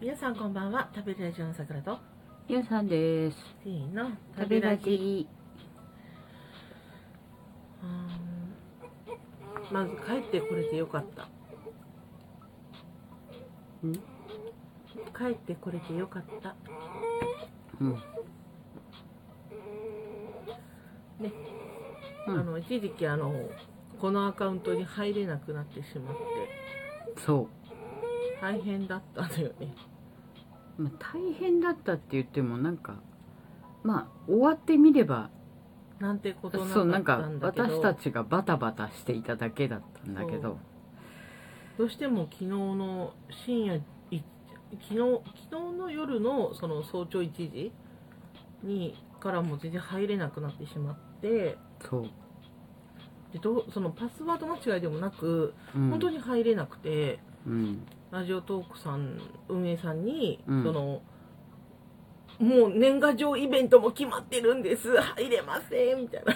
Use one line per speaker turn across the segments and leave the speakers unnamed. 皆さんこんばんは食べるラジオの桜と
ゆうさんです。
せーの
食べラ
うーん
ジ。
まず帰ってこれてよかった
ん
帰ってこれてよかった
うん。
ね、
うん
あの一時期あのこのアカウントに入れなくなってしまって
そ
大変だったんだよね
う。まあ、大変だったって言ってもなんか、まあ終わってみれば、
なんてことなか
そうなん
った
か
んだけど
私たちがバタバタしていただけだったんだけど、
どうしても昨日の深夜い昨日昨日の夜のその早朝1時にからも全然入れなくなってしまって
そう。
でどうそのパスワードの違いでもなく
うん、
本当に入れなくて、
うん。
ラジオトークさん運営さんに、
うん
そのもう年賀状イベントも決まってるんです入れませんみたいな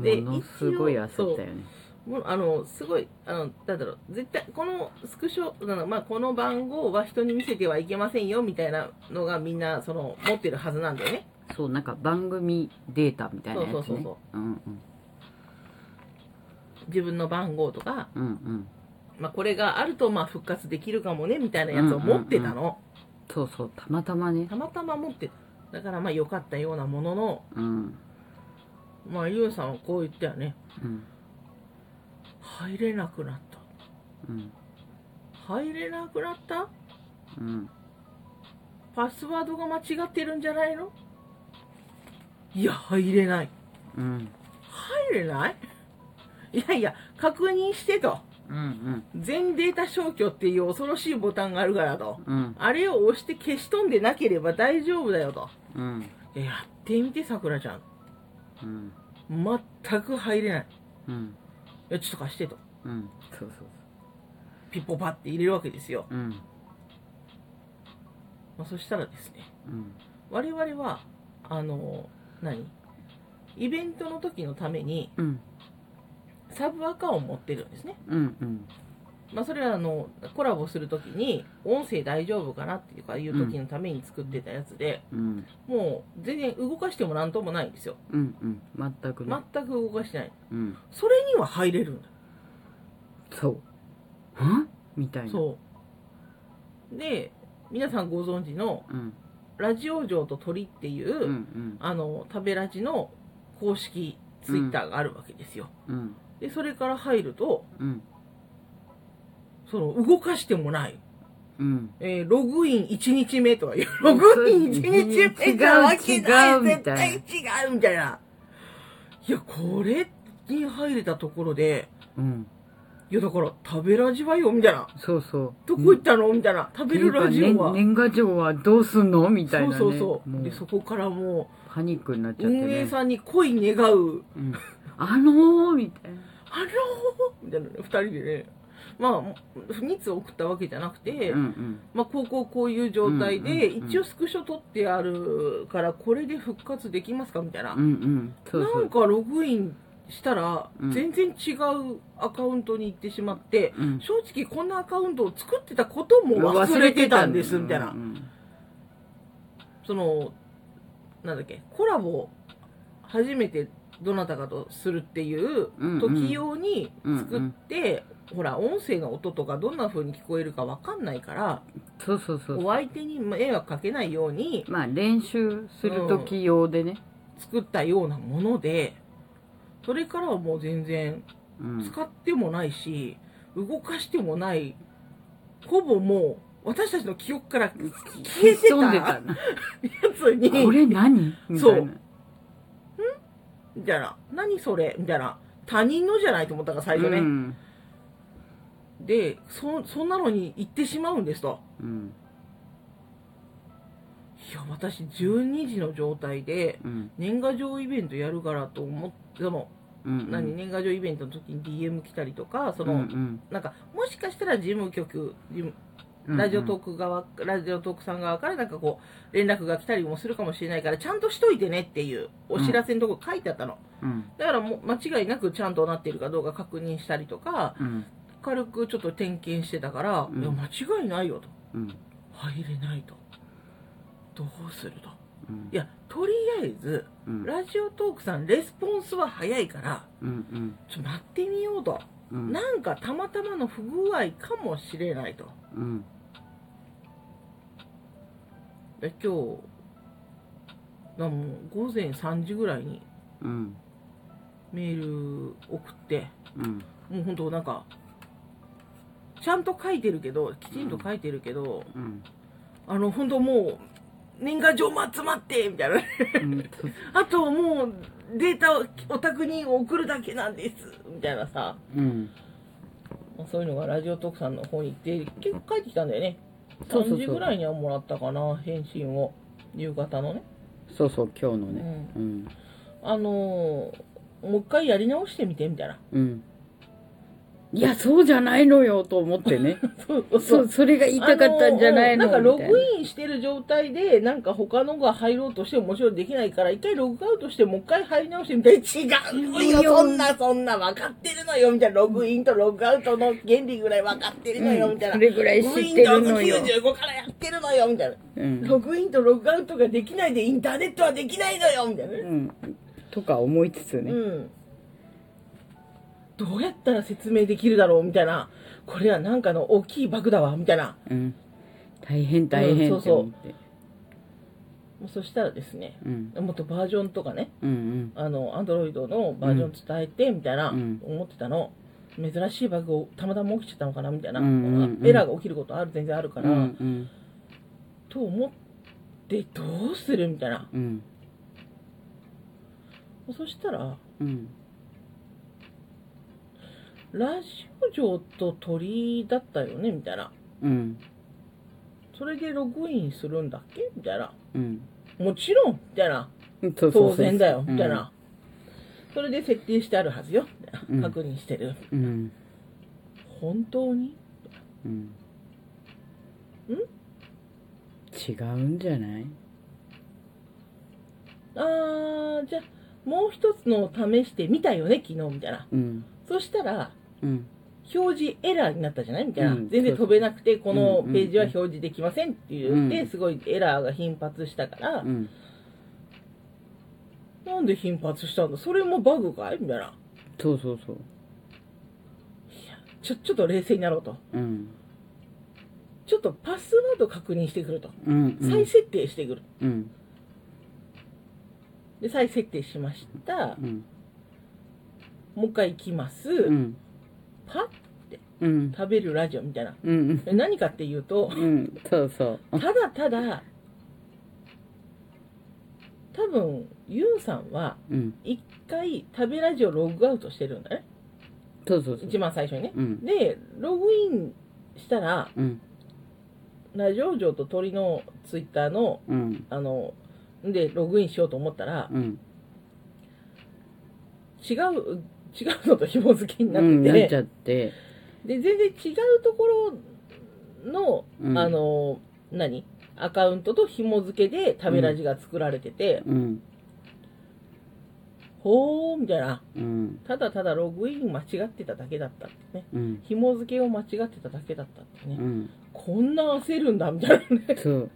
で
ものすごい焦ったよね。
もうあのすごいあのなんだろう絶対このスクショなの、まあ、この番号は人に見せてはいけませんよみたいなのがみんなその持ってるはずなんだよね
そう、なんか番組データみたいなやつね。
そうそうそうそ
うん
自分の番号とか、
うん。うんうん。
まあ、これがあるとまあ復活できるかもねみたいなやつを持ってたの、
そうそう、たまたまね。
たまたま持ってだからまあ良かったようなものの
うん。
まあゆうさんはこう言ったよね
うん。
入れなくなった
うん。
入れなくなった
うん。
パスワードが間違ってるんじゃないのいや入れない
うん。
入れないいやいや確認してと
うん。
全データ消去っていう恐ろしいボタンがあるからと
うん。
あれを押して消し飛んでなければ大丈夫だよと
うん。
いややってみてさくらちゃん
うん。
全く入れない
うん。
いやちょっと貸してと
うん。そうそう
ピッポパって入れるわけですよ、
そう。うん。
まあ、そしたらですね
うん。
我々はあの何イベントの時のために
うん。
サブアカを持ってるんですね、
うん。うん。
まあ、それはあのコラボする時に音声大丈夫かなっていうかいう時のために作ってたやつで、
うん。
もう全然動かしても何ともないんですよ
うん。うん。全くね。
全く動かしてない
うん。
それには入れるんだ
そう。はみたいな。
そうで皆さんご存知の
う。うん。
ラジオ嬢と鳥っていう、
うん。うん。
あの食べラジの公式ツイッターがあるわけですよ、
うん。
でそれから入ると
うん。
その動かしてもない、
うん。
えーログイン1日目とは 言うログイン1日目なわけない
違う違うみ
絶
た
対
い
違
な
うみたいないやこれに入れたところで
うん。
いやだから食べラジはよみたいな
そうそう。
どこ行ったのみたいな食べるラジオは、
年賀状はどうすんのみたいな、ね。
そうそうそう
もう
でそこからも
パニックになっち
う
ゃって
運営
ね。
さんに恋願う
うん、あのー、みたいな。
あのーみたいなね、2人でね、まあ、2つ送ったわけじゃなくて、
うん
まあ、こうこうこういう状態で、
うんうんうん
一応スクショ取ってあるから、これで復活できますかみたいな、
うん。うんうん。そうそ
なん
う。
かログインしたら、
うん
全然違うアカウントに行ってしまって、
うん
正直、こんなアカウントを作ってたことも忘れてたんです、みたいな、
うんうん
その、なんだっけ、コラボ、初めてどなたかとするっていう時用に作って、ほら、音声の音とかどんな風に聞こえるかわかんないから、
そうそうそう
お相手に迷惑かけないように
まあ練習する時用でね、
作ったようなもので、それからはもう全然
うん
使ってもないし、動かしてもない、ほぼもう、私たちの記憶から消えてた
潜んで
や
たな
つに、
これ何みた
そ
いうな
みたいな。何それみたいな。他人のじゃないと思ったから最初ね。
うん
で、そ、そんなのに行ってしまうんですと。
うん
いや、私12時の状態で、
うん
年賀状イベントやるからと思って、その、
うん
何、年賀状イベントの時に DM 来たりとか、そ
うんう
の、
ん
なんか、もしかしたら事務局、事務
うん
ラジオトーク側、ラジオトークさん側からなんかこう、連絡が来たりもするかもしれないから、ちゃんとしといてねっていうお知らせのとこ書いてあったの。
うん
だからもう間違いなくちゃんとなってるかどうか確認したりとか、
うん
軽くちょっと点検してたから、
うん
いや間違いないよと
うん
入れないとどうすると
うん
いやとりあえず
うん
ラジオトークさんレスポンスは早いから
うん
ちょっと待ってみようと、
うん
なんかたまたまの不具合かもしれないと
うん
で今日なもう午前3時ぐらいに
うん
メール送って
うん
もう本当なんかちゃんと書いてるけどきちんと書いてるけど、
うん
あの本当もう年賀状も集まってみたいな
うんそう
あともうデータをお宅に送るだけなんですみたいなさ
うん
そういうのがラジオ特産の方に行って結構帰ってきたんだよね
そうそうそう
3時ぐらいにはもらったかな返信を夕方のね
そうそう今日のねうん
あのーもう一回やり直してみてみたいな
うんいやそうじゃないのよと思ってね
そうそう
そうそれが言いたかったんじゃないの
あのーうんなんかログ
ン
インしてる状態でなんか他のが入ろうとしてももちろんできないから一回ログアウトしてもう一回入り直してみて違うよそんなそんな分かってるのよみたいなログインとログアウトの原理ぐらい分かってるのよみたいな、
それぐらい知ってるのよ
Windows95 からやってるのよみたいな
うん
ログインとログアウトができないでインターネットはできないのよみたいなね
うんとか思いつつ
う
ね
んどうやったら説明できるだろうみたいなこれはなんかの大きいバグだわみたいな
うん大変大変って思って
もうそしたらですね
うん
もっとバージョンとかね
うん
あのアンドロイドのバージョン伝えてみたいな、
うん
思ってたの珍しいバグをたまたま起きちゃったのかなみたいな、
うんうんうん
エラーが起きることある全然あるか
うんう
ら、
ん
と思ってどうするみたいな
うん
そしたら
うん
ラジオ城と鳥だったよねみたいな
うん
それでログインするんだっけみたいな
うん
もちろんみたいな
そうそうそう
当然だよみたいな、それで設定してあるはずよみたいな
うん
確認してる、
うん
本当に
うん違うんじゃない
あーじゃあもう一つのを試してみたよね昨日みたいな
うん
そしたら
うん
表示エラーになったじゃないみたいな、
うん
全然飛べなくてこ
う
の
んうん
ページは表示できませんって言って、
うん
すごいエラーが頻発したから、
うん
なんで頻発したんだそれもバグかいみたいな
そうそうそう
ちょちょっと冷静になろうと
うん
ちょっとパスワード確認してくると
うんうん
再設定してくる、
うん
で再設定しました
うん
もう一回行きます、
うん
パッ
うん
食べるラジオみたいな
うん
で何かっていうと
うんそうそう
ただただ多分ユンさんは
うん
一回食べラジオログアウトしてるんだね
そうそうそう
一番最初にね
うん
でログインしたら
うん
ラジオ城と鳥のツイッターの
うん
あのでログインしようと思ったら
うん
違う違うのと紐付きにな
う
って
ん
て、
なっちゃって
で全然違うところの、
うん
あの何アカウントと紐付けで食べラジが作られてて、
うん
ほーみたいな
うん
ただただログイン間違ってただけだったってね
うん
紐付けを間違ってただけだったってね、
うん
こんな焦るんだみたい なね
そう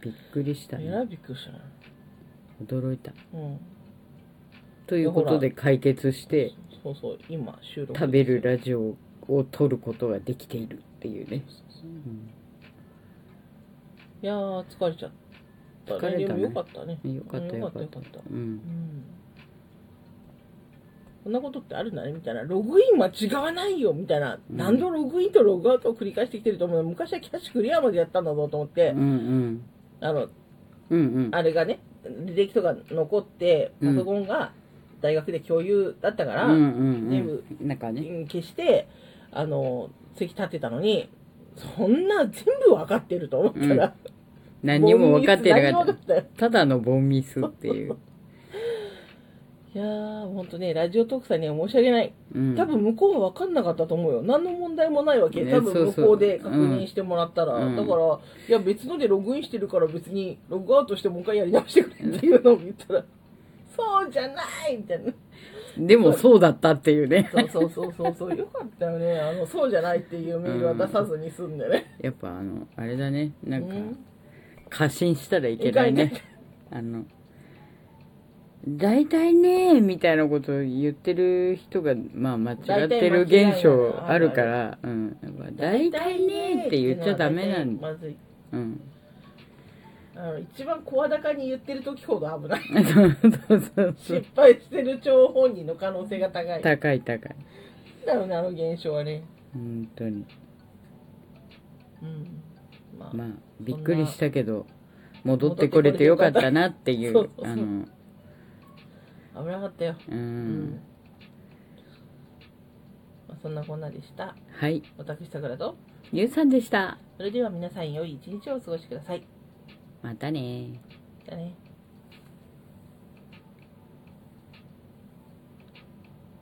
びっくりした
え
ね
らいびっくりしたな
驚いた
うん
ということで解決して
そうそう今収録
食べるラジオを撮ることができているっていうね、うん
いやー疲れちゃったね
疲れたね
でもよかったね
よかったよかっ
よかった
た
よかっ
うん
うんこんなことってあるんだねみたいなログインは違わないよみたいな、
うん
何度ログインとログアウトを繰り返してきてると思う昔はキャッシュクリアまでやったんだぞと思って、
うん
あの
うんうん
あれがね履歴とか残って
う
パ
ん
ソコンが大学で共有だったから、
うんうん
全
う
部
んなんかね
消してあの席立ってたのにそんな全部分かってると思ったら、
何にも分かってなか
何にも
っ
分
た
かってない
ただのボンミスっていう、
いやー本当ねラジオ特産には申し訳ない
うん、
多分向こうは分かんなかったと思うよ何の問題もないわけ、
ね
多
そ
分
う
向
そう
こうで確認してもらったら、
うん
だからいや別のでログインしてるから別にロ グアウトしてもう一回やり直してくれっていうのを言ったら、そうじゃないみたいな
でもそうだったっていうね
そうそうそうそうそうよかったよねあのそうじゃないっていうメールは出さずに済んでね、
やっぱあのあれだねなんか
うん
過信したらいけない
い
ね
け
あの大体ねみたいなことを言ってる人が、まあ、間違ってる
大体間違いない
現象あるからうんやっぱ大体ねって言っちゃダメなんだ、
まずい
うん、
あの一番声高に言ってる時ほど危ない
そうそうそう
失敗してる張本人の可能性が高いなん
高い高い
だろうねあの現象はね
本当に
うんまあ、
まあびっくりしたけど戻ってこれてよかったなっていう
戻ってこれてよかった
あの
危なかったよ
うん
うんまあ、そんなこんなでした
はい
私さくらと
ゆうさんでした
それでは皆さん良い一日をお過ごしください
またね
じゃあね